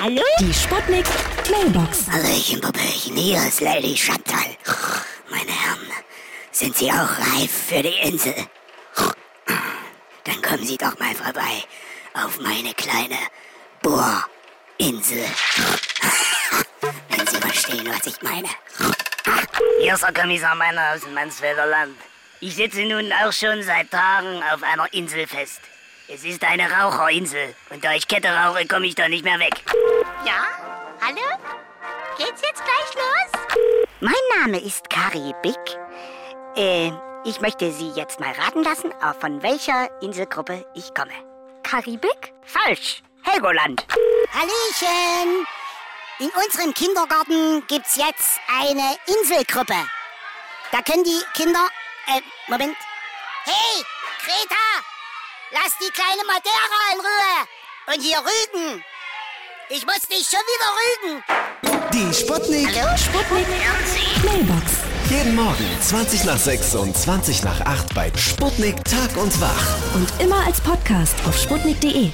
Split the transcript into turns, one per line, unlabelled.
Hallo?
Die Sputnik Mailbox.
Hallöchen, Popöchen, hier ist Lady Chantal. Meine Herren, sind Sie auch reif für die Insel? Dann kommen Sie doch mal vorbei auf meine kleine Bohrinsel. Wenn Sie verstehen, was ich meine.
Hier ist der Kommissar Meiner aus dem Mansfelder Land. Ich sitze nun auch schon seit Tagen auf einer Insel fest. Es ist eine Raucherinsel und da ich Kette rauche, komme ich da nicht mehr weg.
Ja? Hallo? Geht's jetzt gleich los?
Mein Name ist Kari Bick. Äh, ich möchte Sie jetzt mal raten lassen, auf von welcher Inselgruppe ich komme.
Karibik?
Falsch. Helgoland.
Hallöchen! In unserem Kindergarten gibt's jetzt eine Inselgruppe. Da können die Kinder. Äh, Moment. Hey, Greta! Lass die kleine Madeira in Ruhe! Und hier rügen! Ich muss dich schon wieder rügen!
Die Sputnik.
Sputnik Mailbox.
Jeden Morgen 20 nach 6 und 20 nach 8 bei Sputnik Tag und Wach.
Und immer als Podcast auf sputnik.de.